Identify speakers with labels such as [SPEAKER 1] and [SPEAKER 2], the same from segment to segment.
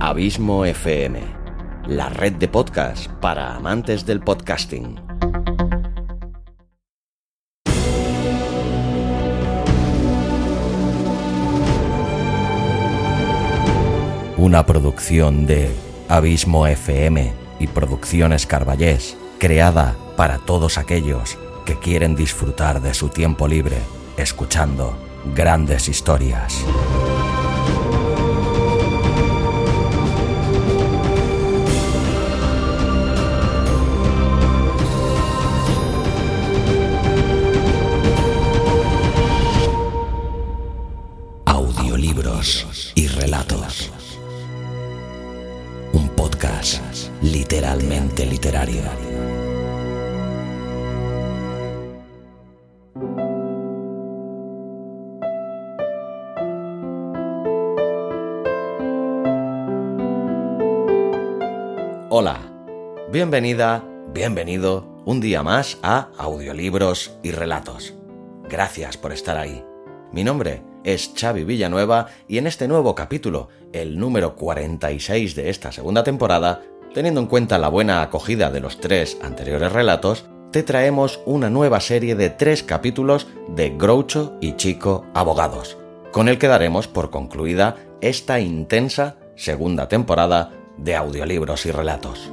[SPEAKER 1] Abismo FM, la red de podcast para amantes del podcasting. Una producción de Abismo FM y Producciones Carballés, creada para todos aquellos que quieren disfrutar de su tiempo libre escuchando grandes historias. Audiolibros y relatos. Un podcast literalmente literario. Hola, bienvenida, bienvenido un día más a Audiolibros y Relatos. Gracias por estar ahí. Mi nombre es Xavi Villanueva y en este nuevo capítulo, el número 46 de esta segunda temporada, teniendo en cuenta la buena acogida de los tres anteriores relatos, te traemos una nueva serie de tres capítulos de Groucho y Chico Abogados, con el que daremos por concluida esta intensa segunda temporada de audiolibros y relatos.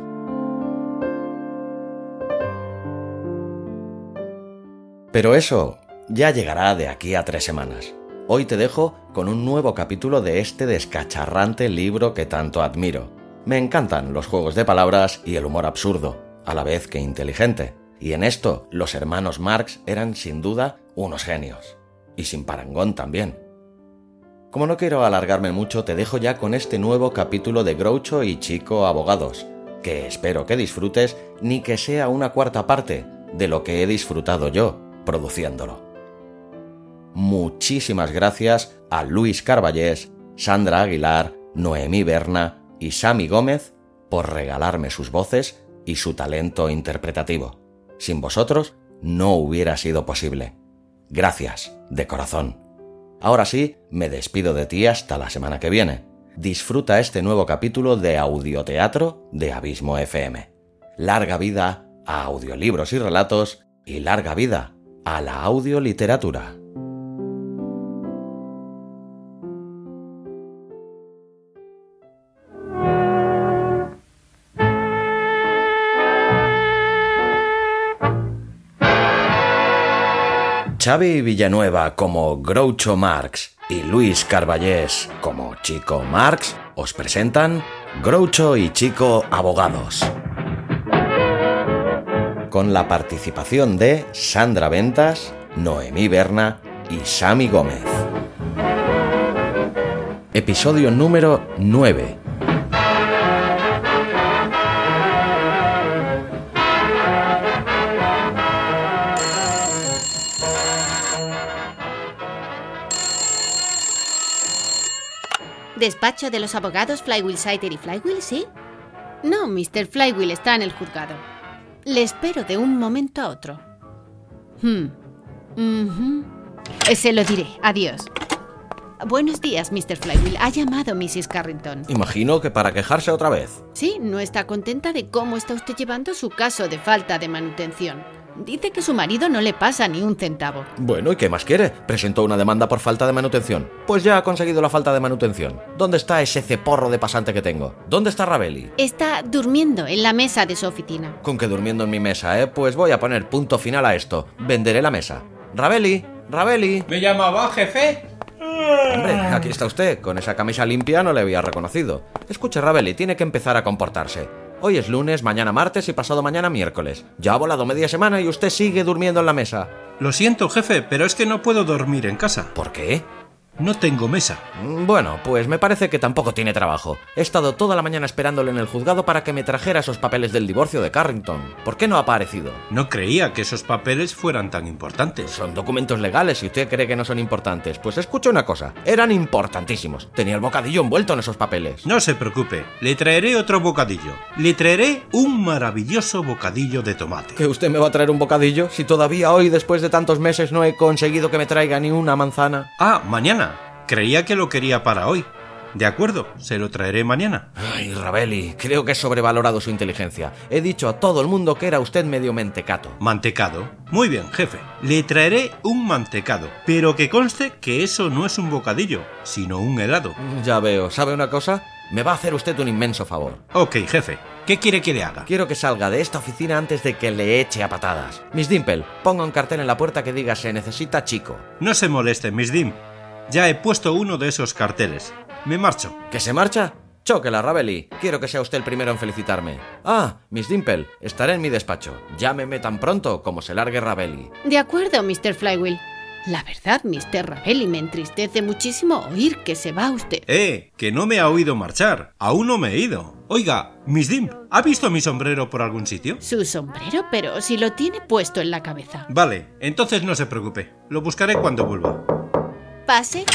[SPEAKER 1] Pero eso ya llegará de aquí a tres semanas. Hoy te dejo con un nuevo capítulo de este descacharrante libro que tanto admiro. Me encantan los juegos de palabras y el humor absurdo, a la vez que inteligente. Y en esto, los hermanos Marx eran sin duda unos genios. Y sin parangón también. Como no quiero alargarme mucho, te dejo ya con este nuevo capítulo de Groucho y Chico Abogados, que espero que disfrutes ni que sea una cuarta parte de lo que he disfrutado yo produciéndolo. Muchísimas gracias a Luis Carballés, Sandra Aguilar, Noemí Berna y Sami Gómez por regalarme sus voces y su talento interpretativo. Sin vosotros no hubiera sido posible. Gracias, de corazón. Ahora sí, me despido de ti hasta la semana que viene. Disfruta este nuevo capítulo de Audioteatro de Abismo FM. Larga vida a audiolibros y relatos y larga vida a la audioliteratura. Xavi Villanueva como Groucho Marx y Luis Carballés como Chico Marx os presentan Groucho y Chico Abogados. Con la participación de Sandra Ventas, Noemí Berna y Sami Gómez. Episodio número 9.
[SPEAKER 2] ¿Despacho de los abogados Flywheel Sider y Flywheel, sí?
[SPEAKER 3] No, Mr. Flywheel está en el juzgado. Le espero de un momento a otro. Hmm. Mhm. Eh, Se lo diré. Adiós. Buenos días, Mr. Flywheel. Ha llamado Mrs. Carrington.
[SPEAKER 1] Imagino que para quejarse otra vez.
[SPEAKER 3] Sí, no está contenta de cómo está usted llevando su caso de falta de manutención. Dice que su marido no le pasa ni un centavo.
[SPEAKER 1] Bueno, ¿y qué más quiere? Presentó una demanda por falta de manutención. Pues ya ha conseguido la falta de manutención. ¿Dónde está ese ceporro de pasante que tengo? ¿Dónde está Rabelli?
[SPEAKER 3] Está durmiendo en la mesa de su oficina.
[SPEAKER 1] Con que durmiendo en mi mesa, ¿eh? Pues voy a poner punto final a esto. Venderé la mesa. Rabelli, Rabelli.
[SPEAKER 4] ¿Me llamaba, jefe?
[SPEAKER 1] Hombre, aquí está usted. Con esa camisa limpia no le había reconocido. Escuche, Rabelli, tiene que empezar a comportarse. Hoy es lunes, mañana martes y pasado mañana miércoles. Ya ha volado media semana y usted sigue durmiendo en la mesa.
[SPEAKER 4] Lo siento, jefe, pero es que no puedo dormir en casa.
[SPEAKER 1] ¿Por qué?
[SPEAKER 4] No tengo mesa.
[SPEAKER 1] Mm, Bueno, pues me parece que tampoco tiene trabajo. He estado toda la mañana esperándole en el juzgado para que me trajera esos papeles del divorcio de Carrington. ¿Por qué no ha aparecido?
[SPEAKER 4] No creía que esos papeles fueran tan importantes.
[SPEAKER 1] Son documentos legales y usted cree que no son importantes. Pues escuche una cosa, eran importantísimos. Tenía el bocadillo envuelto en esos papeles.
[SPEAKER 4] No se preocupe, le traeré otro bocadillo. Le traeré un maravilloso bocadillo de tomate.
[SPEAKER 1] ¿Que usted me va a traer un bocadillo si todavía hoy, después de tantos meses, no he conseguido que me traiga ni una manzana?
[SPEAKER 4] Ah, mañana. Creía que lo quería para hoy. De acuerdo, se lo traeré mañana.
[SPEAKER 1] Ay, Rabelli, creo que he sobrevalorado su inteligencia. He dicho a todo el mundo que era usted medio mentecato.
[SPEAKER 4] Mantecado. Muy bien, jefe. Le traeré un mantecado, pero que conste que eso no es un bocadillo, sino un helado.
[SPEAKER 1] Ya veo, ¿sabe una cosa? Me va a hacer usted un inmenso favor.
[SPEAKER 4] Ok, jefe. ¿Qué quiere que le haga?
[SPEAKER 1] Quiero que salga de esta oficina antes de que le eche a patadas. Miss Dimple, ponga un cartel en la puerta que diga se necesita chico.
[SPEAKER 4] No se moleste, Miss Dim. Ya he puesto uno de esos carteles. Me marcho.
[SPEAKER 1] ¿Que se marcha? Chóquela, Rabelli. Quiero que sea usted el primero en felicitarme. Ah, Miss Dimple, estaré en mi despacho. Llámeme tan pronto como se largue Rabelli.
[SPEAKER 3] De acuerdo, Mr. Flywheel. La verdad, Mr. Ravelli, me entristece muchísimo oír que se va usted.
[SPEAKER 4] Eh, que no me ha oído marchar. Aún no me he ido. Oiga, Miss Dim, ¿ha visto mi sombrero por algún sitio?
[SPEAKER 3] Su sombrero, pero si lo tiene puesto en la cabeza.
[SPEAKER 4] Vale, entonces no se preocupe. Lo buscaré cuando vuelva.
[SPEAKER 3] Pase.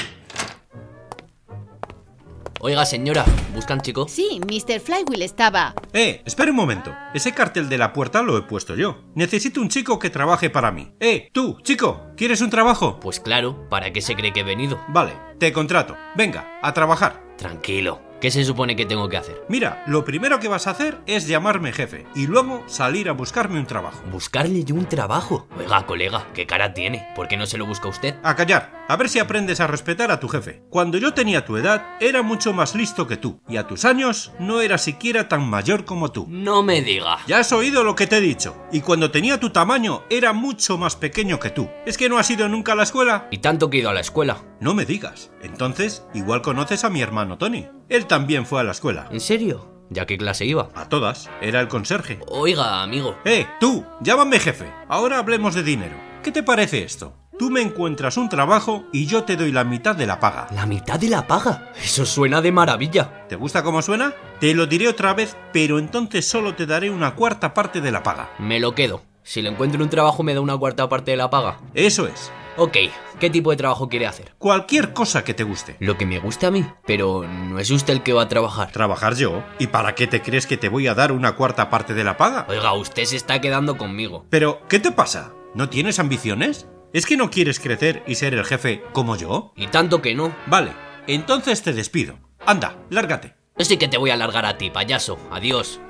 [SPEAKER 5] Oiga, señora, ¿buscan chico?
[SPEAKER 3] Sí, Mr. Flywheel estaba.
[SPEAKER 4] Eh, espere un momento. Ese cartel de la puerta lo he puesto yo. Necesito un chico que trabaje para mí. Eh, tú, chico, ¿quieres un trabajo?
[SPEAKER 5] Pues claro, ¿para qué se cree que he venido?
[SPEAKER 4] Vale, te contrato. Venga, a trabajar.
[SPEAKER 5] Tranquilo. ¿Qué se supone que tengo que hacer?
[SPEAKER 4] Mira, lo primero que vas a hacer es llamarme jefe y luego salir a buscarme un trabajo.
[SPEAKER 5] Buscarle yo un trabajo. Oiga, colega, ¿qué cara tiene? ¿Por qué no se lo busca usted?
[SPEAKER 4] A callar, a ver si aprendes a respetar a tu jefe. Cuando yo tenía tu edad, era mucho más listo que tú, y a tus años no era siquiera tan mayor como tú.
[SPEAKER 5] No me diga.
[SPEAKER 4] Ya has oído lo que te he dicho, y cuando tenía tu tamaño, era mucho más pequeño que tú. ¿Es que no has ido nunca a la escuela?
[SPEAKER 5] Y tanto que he ido a la escuela.
[SPEAKER 4] No me digas. Entonces, igual conoces a mi hermano Tony. Él también fue a la escuela.
[SPEAKER 5] ¿En serio? ¿Ya qué clase iba?
[SPEAKER 4] A todas, era el conserje.
[SPEAKER 5] Oiga, amigo.
[SPEAKER 4] Eh, tú, llámame jefe. Ahora hablemos de dinero. ¿Qué te parece esto? Tú me encuentras un trabajo y yo te doy la mitad de la paga.
[SPEAKER 5] La mitad de la paga. Eso suena de maravilla.
[SPEAKER 4] ¿Te gusta cómo suena? Te lo diré otra vez, pero entonces solo te daré una cuarta parte de la paga.
[SPEAKER 5] Me lo quedo. Si le encuentro un trabajo me da una cuarta parte de la paga.
[SPEAKER 4] Eso es.
[SPEAKER 5] Ok, ¿qué tipo de trabajo quiere hacer?
[SPEAKER 4] Cualquier cosa que te guste.
[SPEAKER 5] Lo que me gusta a mí, pero no es usted el que va a trabajar.
[SPEAKER 4] ¿Trabajar yo? ¿Y para qué te crees que te voy a dar una cuarta parte de la paga?
[SPEAKER 5] Oiga, usted se está quedando conmigo.
[SPEAKER 4] Pero, ¿qué te pasa? ¿No tienes ambiciones? ¿Es que no quieres crecer y ser el jefe como yo?
[SPEAKER 5] Y tanto que no.
[SPEAKER 4] Vale, entonces te despido. Anda, lárgate.
[SPEAKER 5] Yo sí que te voy a largar a ti, payaso. Adiós.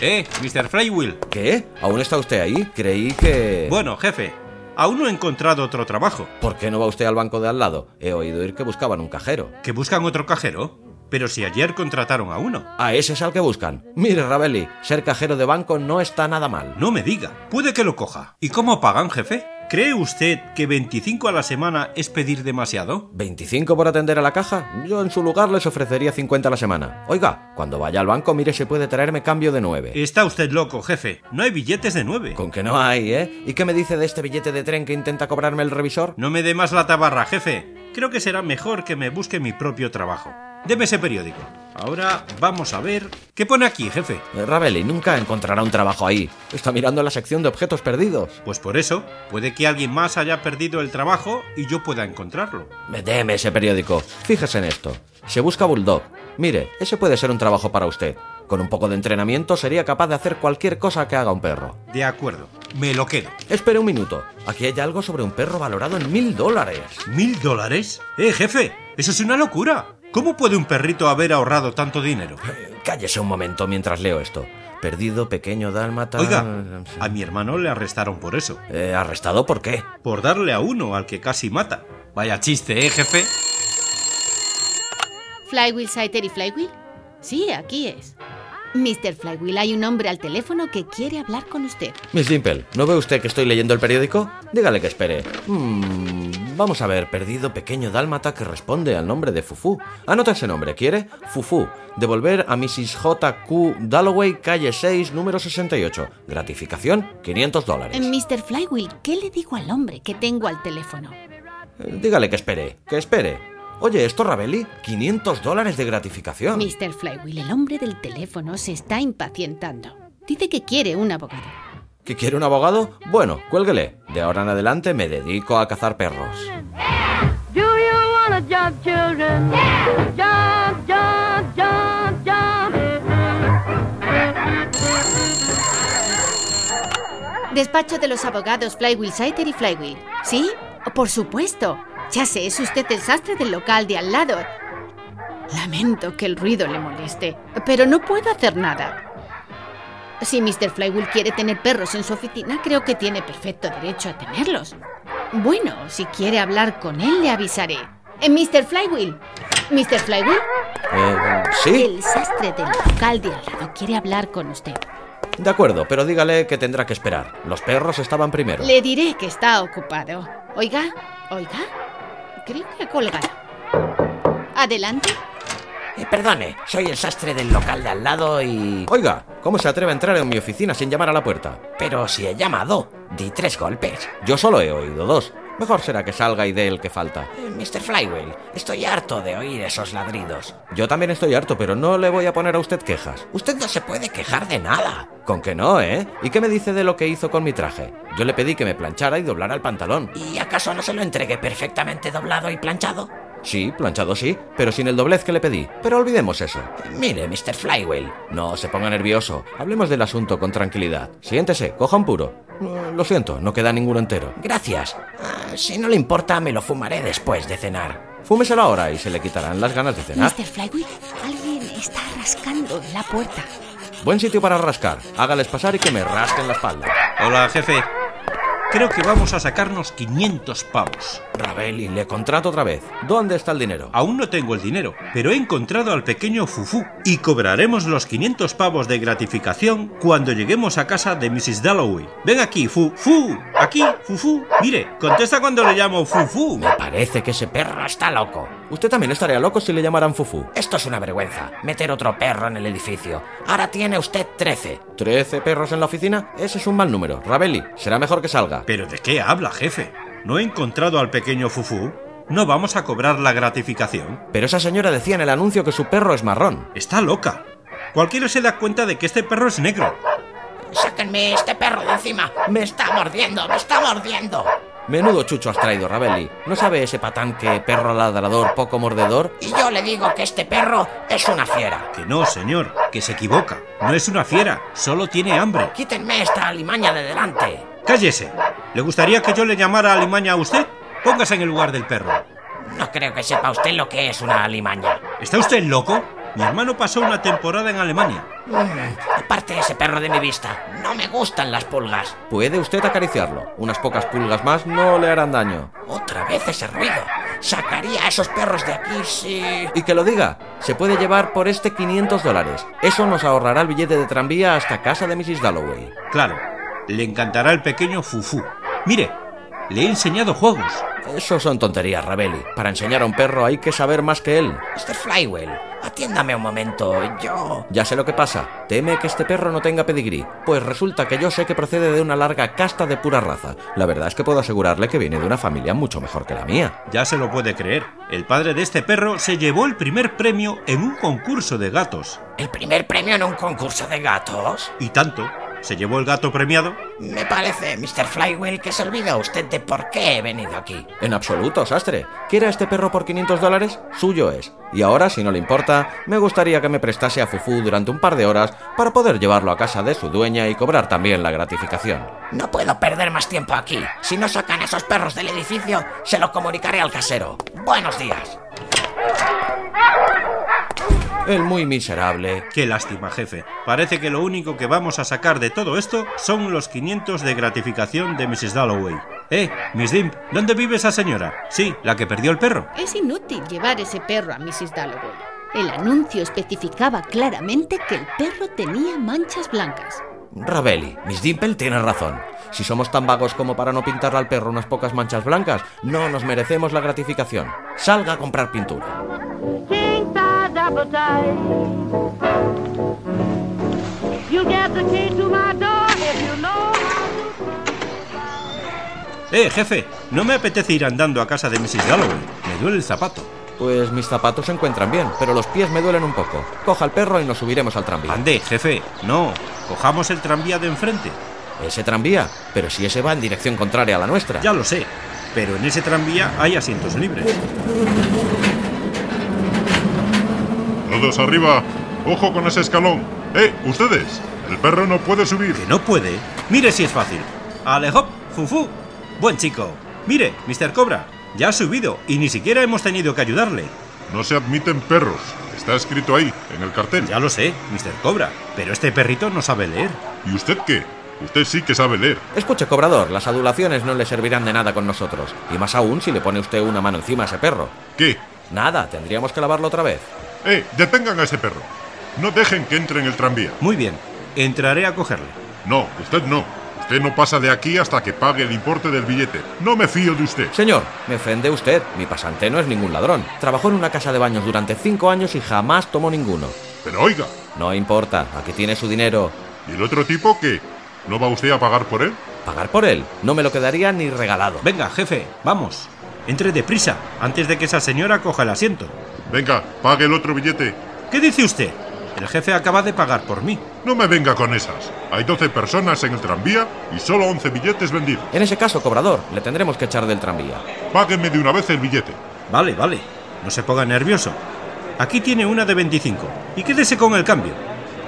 [SPEAKER 4] Eh, Mr. Flywheel.
[SPEAKER 1] ¿Qué? ¿Aún está usted ahí? Creí que...
[SPEAKER 4] Bueno, jefe, aún no he encontrado otro trabajo.
[SPEAKER 1] ¿Por qué no va usted al banco de al lado? He oído ir que buscaban un cajero.
[SPEAKER 4] ¿Que buscan otro cajero? Pero si ayer contrataron a uno.
[SPEAKER 1] A ese es al que buscan. Mire, Rabelli, ser cajero de banco no está nada mal.
[SPEAKER 4] No me diga, puede que lo coja. ¿Y cómo pagan, jefe? ¿Cree usted que 25 a la semana es pedir demasiado?
[SPEAKER 1] ¿25 por atender a la caja? Yo en su lugar les ofrecería 50 a la semana. Oiga, cuando vaya al banco, mire si puede traerme cambio de 9.
[SPEAKER 4] Está usted loco, jefe. No hay billetes de nueve.
[SPEAKER 1] Con que no hay, ¿eh? ¿Y qué me dice de este billete de tren que intenta cobrarme el revisor?
[SPEAKER 4] No me dé más la tabarra, jefe. Creo que será mejor que me busque mi propio trabajo. Deme ese periódico. Ahora vamos a ver. ¿Qué pone aquí, jefe?
[SPEAKER 1] Eh, Rabelli nunca encontrará un trabajo ahí. Está mirando la sección de objetos perdidos.
[SPEAKER 4] Pues por eso, puede que alguien más haya perdido el trabajo y yo pueda encontrarlo.
[SPEAKER 1] Me Deme ese periódico. Fíjese en esto. Se busca Bulldog. Mire, ese puede ser un trabajo para usted. Con un poco de entrenamiento sería capaz de hacer cualquier cosa que haga un perro.
[SPEAKER 4] De acuerdo, me lo quedo.
[SPEAKER 1] Espere un minuto. Aquí hay algo sobre un perro valorado en mil dólares.
[SPEAKER 4] ¿Mil dólares? Eh, jefe, eso es una locura. ¿Cómo puede un perrito haber ahorrado tanto dinero?
[SPEAKER 1] Cállese un momento mientras leo esto. Perdido, pequeño dálmata.
[SPEAKER 4] Oiga, a mi hermano le arrestaron por eso.
[SPEAKER 1] Eh, ¿Arrestado por qué?
[SPEAKER 4] Por darle a uno al que casi mata. Vaya chiste, ¿eh, jefe?
[SPEAKER 3] ¿Flywheel, Saiter y Flywheel? Sí, aquí es. Mr. Flywheel, hay un hombre al teléfono que quiere hablar con usted.
[SPEAKER 1] Miss Dimple, ¿no ve usted que estoy leyendo el periódico? Dígale que espere. Mm, vamos a ver, perdido pequeño dálmata que responde al nombre de Fufu. Anota ese nombre, ¿quiere? Fufu, devolver a Mrs. J.Q. Dalloway, calle 6, número 68. Gratificación, 500 dólares.
[SPEAKER 3] Eh, Mr. Flywheel, ¿qué le digo al hombre que tengo al teléfono?
[SPEAKER 1] Eh, Dígale que espere, que espere. Oye, esto, Rabelli, 500 dólares de gratificación.
[SPEAKER 3] Mr. Flywheel, el hombre del teléfono se está impacientando. Dice que quiere un abogado.
[SPEAKER 1] ¿Que quiere un abogado? Bueno, cuélguele. De ahora en adelante me dedico a cazar perros.
[SPEAKER 6] Do you wanna jump, children? Jump, jump, jump, jump.
[SPEAKER 3] Despacho de los abogados Flywheel Saiter y Flywheel. ¿Sí? Por supuesto. Ya sé, es usted el sastre del local de al lado. Lamento que el ruido le moleste, pero no puedo hacer nada. Si Mr. Flywheel quiere tener perros en su oficina, creo que tiene perfecto derecho a tenerlos. Bueno, si quiere hablar con él, le avisaré. Eh, Mr. Flywheel. Mr. Flywheel,
[SPEAKER 1] Eh, sí,
[SPEAKER 3] el sastre del local de al lado quiere hablar con usted.
[SPEAKER 1] de acuerdo, pero dígale que tendrá que esperar. Los perros estaban primero.
[SPEAKER 3] Le diré que está ocupado. Oiga, oiga, creo que ha colgado. Adelante.
[SPEAKER 7] Eh, perdone, soy el sastre del local de al lado y...
[SPEAKER 1] Oiga, ¿cómo se atreve a entrar en mi oficina sin llamar a la puerta?
[SPEAKER 7] Pero si he llamado, di tres golpes.
[SPEAKER 1] Yo solo he oído dos. Mejor será que salga y dé el que falta.
[SPEAKER 7] Eh, Mr. Flywheel, estoy harto de oír esos ladridos.
[SPEAKER 1] Yo también estoy harto, pero no le voy a poner a usted quejas.
[SPEAKER 7] Usted no se puede quejar de nada.
[SPEAKER 1] Con que no, ¿eh? ¿Y qué me dice de lo que hizo con mi traje? Yo le pedí que me planchara y doblara el pantalón.
[SPEAKER 7] ¿Y acaso no se lo entregué perfectamente doblado y planchado?
[SPEAKER 1] Sí, planchado sí, pero sin el doblez que le pedí. Pero olvidemos eso.
[SPEAKER 7] Eh, Mire, Mr. Flywheel,
[SPEAKER 1] No se ponga nervioso. Hablemos del asunto con tranquilidad. Siéntese, coja un puro. Eh, Lo siento, no queda ninguno entero.
[SPEAKER 7] gracias. Ah, si no le importa, me lo fumaré después de cenar.
[SPEAKER 1] Fúmeselo ahora y se le quitarán las ganas de cenar.
[SPEAKER 2] Mr. Flywheel, alguien está rascando en la puerta.
[SPEAKER 1] Buen sitio para rascar. Hágales pasar y que me rasquen la espalda.
[SPEAKER 4] Hola, jefe. Creo que vamos a sacarnos 500 pavos.
[SPEAKER 1] Rabeli, le contrato otra vez. ¿Dónde está el dinero?
[SPEAKER 4] Aún no tengo el dinero, pero he encontrado al pequeño Fufu y cobraremos los 500 pavos de gratificación cuando lleguemos a casa de Mrs. Dalloway. Ven aquí, Fufu. Aquí, Fufu. Mire, contesta cuando le llamo Fufu.
[SPEAKER 7] Me parece que ese perro está loco.
[SPEAKER 1] Usted también estaría loco si le llamaran Fufu.
[SPEAKER 7] Esto es una vergüenza, meter otro perro en el edificio. Ahora tiene usted 13.
[SPEAKER 1] ¿Trece perros en la oficina? Ese es un mal número. Rabeli, será mejor que salga.
[SPEAKER 4] ¿Pero de qué habla, jefe? ¿No he encontrado al pequeño Fufu? ¿No vamos a cobrar la gratificación?
[SPEAKER 1] Pero esa señora decía en el anuncio que su perro es marrón.
[SPEAKER 4] Está loca. Cualquiera se da cuenta de que este perro es negro.
[SPEAKER 7] ¡Sáquenme este perro de encima! ¡Me está mordiendo! ¡Me está mordiendo!
[SPEAKER 1] Menudo chucho has traído, Rabeli. ¿No sabe ese patán que perro ladrador, poco mordedor?
[SPEAKER 7] Y yo le digo que este perro es una fiera.
[SPEAKER 4] Que no, señor, que se equivoca. No es una fiera, solo tiene hambre.
[SPEAKER 7] Quítenme esta alimaña de delante.
[SPEAKER 4] Cállese. ¿Le gustaría que yo le llamara alimaña a usted? Póngase en el lugar del perro.
[SPEAKER 7] No creo que sepa usted lo que es una alimaña.
[SPEAKER 4] ¿Está usted loco? Mi hermano pasó una temporada en Alemania.
[SPEAKER 7] Mm, aparte ese perro de mi vista. No me gustan las pulgas.
[SPEAKER 1] Puede usted acariciarlo. Unas pocas pulgas más no le harán daño.
[SPEAKER 7] Otra vez ese ruido. Sacaría a esos perros de aquí si...
[SPEAKER 1] Y que lo diga, se puede llevar por este 500 dólares. Eso nos ahorrará el billete de tranvía hasta casa de Mrs. Dalloway.
[SPEAKER 4] Claro, le encantará el pequeño Fufu. Mire, le he enseñado juegos.
[SPEAKER 1] Eso son tonterías, Rabeli. Para enseñar a un perro hay que saber más que él.
[SPEAKER 7] Mr. Flywell, atiéndame un momento. Yo...
[SPEAKER 1] Ya sé lo que pasa. Teme que este perro no tenga pedigrí. Pues resulta que yo sé que procede de una larga casta de pura raza. La verdad es que puedo asegurarle que viene de una familia mucho mejor que la mía.
[SPEAKER 4] Ya se lo puede creer. El padre de este perro se llevó el primer premio en un concurso de gatos.
[SPEAKER 7] ¿El primer premio en un concurso de gatos?
[SPEAKER 4] Y tanto, se llevó el gato premiado.
[SPEAKER 7] Me parece, Mr. Flywell, que se olvida usted de por qué he venido aquí.
[SPEAKER 1] En absoluto, sastre. ¿Quiere a este perro por 500 dólares? Suyo es. Y ahora, si no le importa, me gustaría que me prestase a Fufu durante un par de horas para poder llevarlo a casa de su dueña y cobrar también la gratificación.
[SPEAKER 7] No puedo perder más tiempo aquí. Si no sacan a esos perros del edificio, se lo comunicaré al casero. Buenos días.
[SPEAKER 1] El muy miserable.
[SPEAKER 4] Qué lástima, jefe. Parece que lo único que vamos a sacar de todo esto son los 500 de gratificación de Mrs. Dalloway. Eh, Miss Dimp, ¿dónde vive esa señora? Sí, la que perdió el perro.
[SPEAKER 3] Es inútil llevar ese perro a Mrs. Dalloway. El anuncio especificaba claramente que el perro tenía manchas blancas.
[SPEAKER 1] Rabeli, Miss Dimple tiene razón. Si somos tan vagos como para no pintarle al perro unas pocas manchas blancas, no nos merecemos la gratificación. Salga a comprar pintura.
[SPEAKER 6] King size appetite. You get the key to my door if you know how to.
[SPEAKER 4] Eh, jefe, no me apetece ir andando a casa de Mrs. Dalloway. Me duele el zapato.
[SPEAKER 1] Pues mis zapatos se encuentran bien, pero los pies me duelen un poco. Coja al perro y nos subiremos al tranvía.
[SPEAKER 4] Ande, jefe, no. Cojamos el tranvía de enfrente.
[SPEAKER 1] Ese tranvía, pero si ese va en dirección contraria a la nuestra.
[SPEAKER 4] Ya lo sé. Pero en ese tranvía hay asientos libres.
[SPEAKER 8] Todos arriba. Ojo con ese escalón. ¡Eh, ustedes! El perro no puede subir.
[SPEAKER 4] Que no puede. Mire si es fácil. Alejop, fufu. Buen chico. Mire, Mr. Cobra, ya ha subido y ni siquiera hemos tenido que ayudarle.
[SPEAKER 8] No se admiten perros. Está escrito ahí, en el cartel.
[SPEAKER 4] Ya lo sé, Mr. Cobra, pero este perrito no sabe leer.
[SPEAKER 8] ¿Y usted qué? Usted sí que sabe leer.
[SPEAKER 1] Escuche, cobrador, las adulaciones no le servirán de nada con nosotros. Y más aún si le pone usted una mano encima a ese perro.
[SPEAKER 8] ¿Qué?
[SPEAKER 1] Nada, tendríamos que lavarlo otra vez.
[SPEAKER 8] ¡Eh! ¡Detengan a ese perro! No dejen que entre en el tranvía.
[SPEAKER 4] Muy bien, entraré a cogerle.
[SPEAKER 8] No, usted no. Usted no pasa de aquí hasta que pague el importe del billete. No me fío de usted.
[SPEAKER 1] Señor, me ofende usted. Mi pasante no es ningún ladrón. Trabajó en una casa de baños durante cinco años y jamás tomó ninguno.
[SPEAKER 8] Pero oiga,
[SPEAKER 1] No importa, aquí tiene su dinero.
[SPEAKER 8] ¿y el otro tipo qué? ¿No va usted a pagar por él?
[SPEAKER 1] Pagar por él, no me lo quedaría ni regalado.
[SPEAKER 4] Venga, jefe, vamos. Entre deprisa, antes de que esa señora coja el asiento.
[SPEAKER 8] Venga, pague el otro billete.
[SPEAKER 4] ¿Qué dice usted? El jefe acaba de pagar por mí.
[SPEAKER 8] No me venga con esas. Hay 12 personas en el tranvía y solo 11 billetes vendidos.
[SPEAKER 1] En ese caso, cobrador, le tendremos que echar del tranvía.
[SPEAKER 8] Págueme de una vez el billete.
[SPEAKER 4] Vale, vale, no se ponga nervioso. Aquí tiene una de 25. Y quédese con el cambio.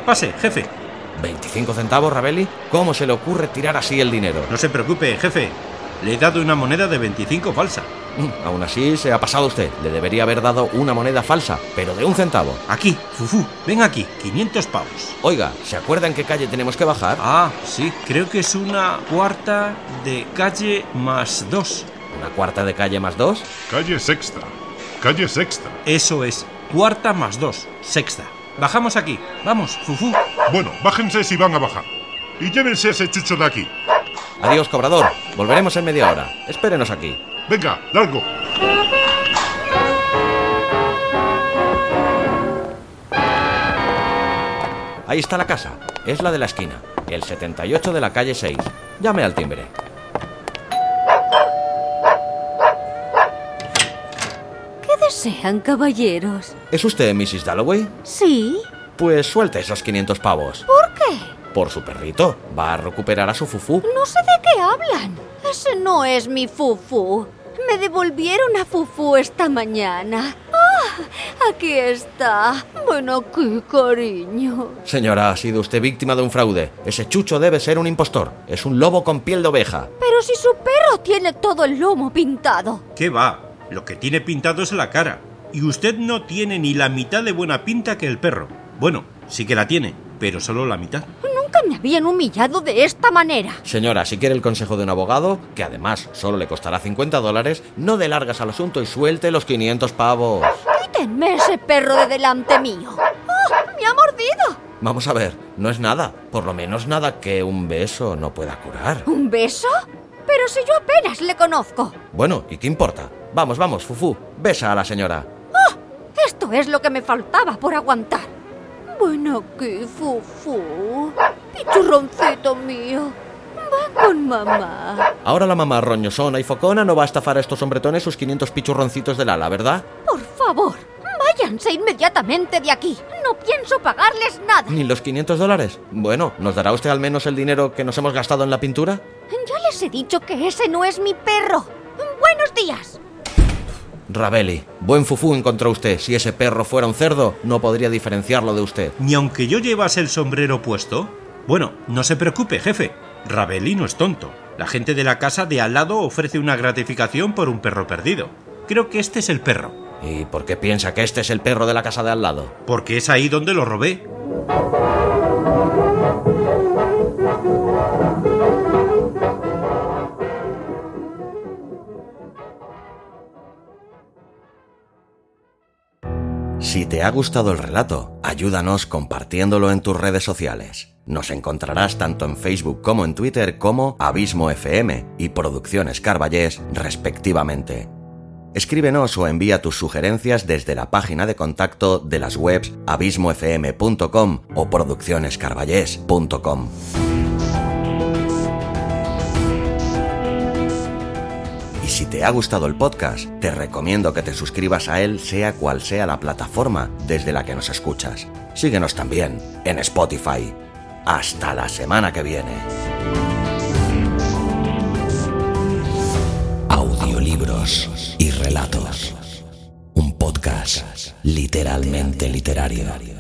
[SPEAKER 4] Pase, jefe.
[SPEAKER 1] ¿25 centavos, Rabelli? ¿Cómo se le ocurre tirar así el dinero?
[SPEAKER 4] No se preocupe, jefe. Le he dado una moneda de 25 falsa.
[SPEAKER 1] Mm, Aún así, se ha pasado usted. Le debería haber dado una moneda falsa, pero de un centavo.
[SPEAKER 4] Aquí, Fufu, ven aquí, 500 pavos.
[SPEAKER 1] Oiga, ¿se acuerda en qué calle tenemos que bajar?
[SPEAKER 4] Ah, sí, creo que es una cuarta de calle más dos.
[SPEAKER 1] ¿Una cuarta de calle más dos?
[SPEAKER 8] Calle sexta. Calle sexta.
[SPEAKER 4] Eso es, cuarta más dos, sexta. Bajamos aquí, vamos, Fufu.
[SPEAKER 8] Bueno, bájense si van a bajar. Y llévense a ese chucho de aquí.
[SPEAKER 1] Adiós, cobrador. Volveremos en media hora. Espérenos aquí.
[SPEAKER 8] Venga, largo.
[SPEAKER 1] Ahí está la casa. Es la de la esquina. El 78 de la calle 6. Llame al timbre.
[SPEAKER 2] ¿Qué desean, caballeros?
[SPEAKER 1] ¿Es usted Mrs. Dalloway?
[SPEAKER 2] Sí.
[SPEAKER 1] Pues suelte esos 500 pavos.
[SPEAKER 2] ¿Por qué?
[SPEAKER 1] Por su perrito. Va a recuperar a su fufú.
[SPEAKER 2] No sé de qué hablan. Ese no es mi fufu. Me devolvieron a fufu esta mañana. ¡Ah! Aquí está. Bueno, qué cariño.
[SPEAKER 1] Señora, ha sido usted víctima de un fraude. Ese chucho debe ser un impostor. Es un lobo con piel de oveja.
[SPEAKER 2] Pero si su perro tiene todo el lomo pintado.
[SPEAKER 4] ¿Qué va? Lo que tiene pintado es la cara. Y usted no tiene ni la mitad de buena pinta que el perro. Bueno, sí que la tiene, pero solo la mitad.
[SPEAKER 2] Nunca me habían humillado de esta manera.
[SPEAKER 1] Señora, si quiere el consejo de un abogado, que además solo le costará 50 dólares, no dé largas al asunto y suelte los 500 pavos.
[SPEAKER 2] Quítenme ese perro de delante mío. ¡Ah! ¡Me ha mordido!
[SPEAKER 1] Vamos a ver, no es nada, por lo menos nada que un beso no pueda curar.
[SPEAKER 2] ¿Un beso? Pero si yo apenas le conozco.
[SPEAKER 1] Bueno, ¿y qué importa? Vamos, vamos, Fufu, besa a la señora.
[SPEAKER 2] Esto es lo que me faltaba por aguantar. Bueno, qué fufu. Pichurroncito mío. Va con mamá.
[SPEAKER 1] Ahora la mamá roñosona y focona no va a estafar a estos hombretones sus 500 pichurroncitos del ala, ¿verdad?
[SPEAKER 2] Por favor, váyanse inmediatamente de aquí. No pienso pagarles nada.
[SPEAKER 1] ¿Ni los 500 dólares? Bueno, ¿nos dará usted al menos el dinero que nos hemos gastado en la pintura?
[SPEAKER 2] Ya les he dicho que ese no es mi perro. Buenos días.
[SPEAKER 1] Rabeli, buen Fufu encontró usted. Si ese perro fuera un cerdo, no podría diferenciarlo de usted.
[SPEAKER 4] Ni aunque yo llevase el sombrero puesto. Bueno, no se preocupe, jefe. Rabelli no es tonto. La gente de la casa de al lado ofrece una gratificación por un perro perdido. Creo que este es el perro,
[SPEAKER 1] ¿Y por qué piensa que este es el perro de la casa de al lado?
[SPEAKER 4] porque es ahí donde lo robé.
[SPEAKER 9] Si te ha gustado el relato, ayúdanos compartiéndolo en tus redes sociales. Nos encontrarás tanto en Facebook como en Twitter como Abismo FM y Producciones Carballés, respectivamente. Escríbenos o envía tus sugerencias desde la página de contacto de las webs abismofm.com o produccionescarballés.com. Y si te ha gustado el podcast, te recomiendo que te suscribas a él sea cual sea la plataforma desde la que nos escuchas. Síguenos también en Spotify. Hasta la semana que viene. Audiolibros y relatos. Un podcast literalmente literario.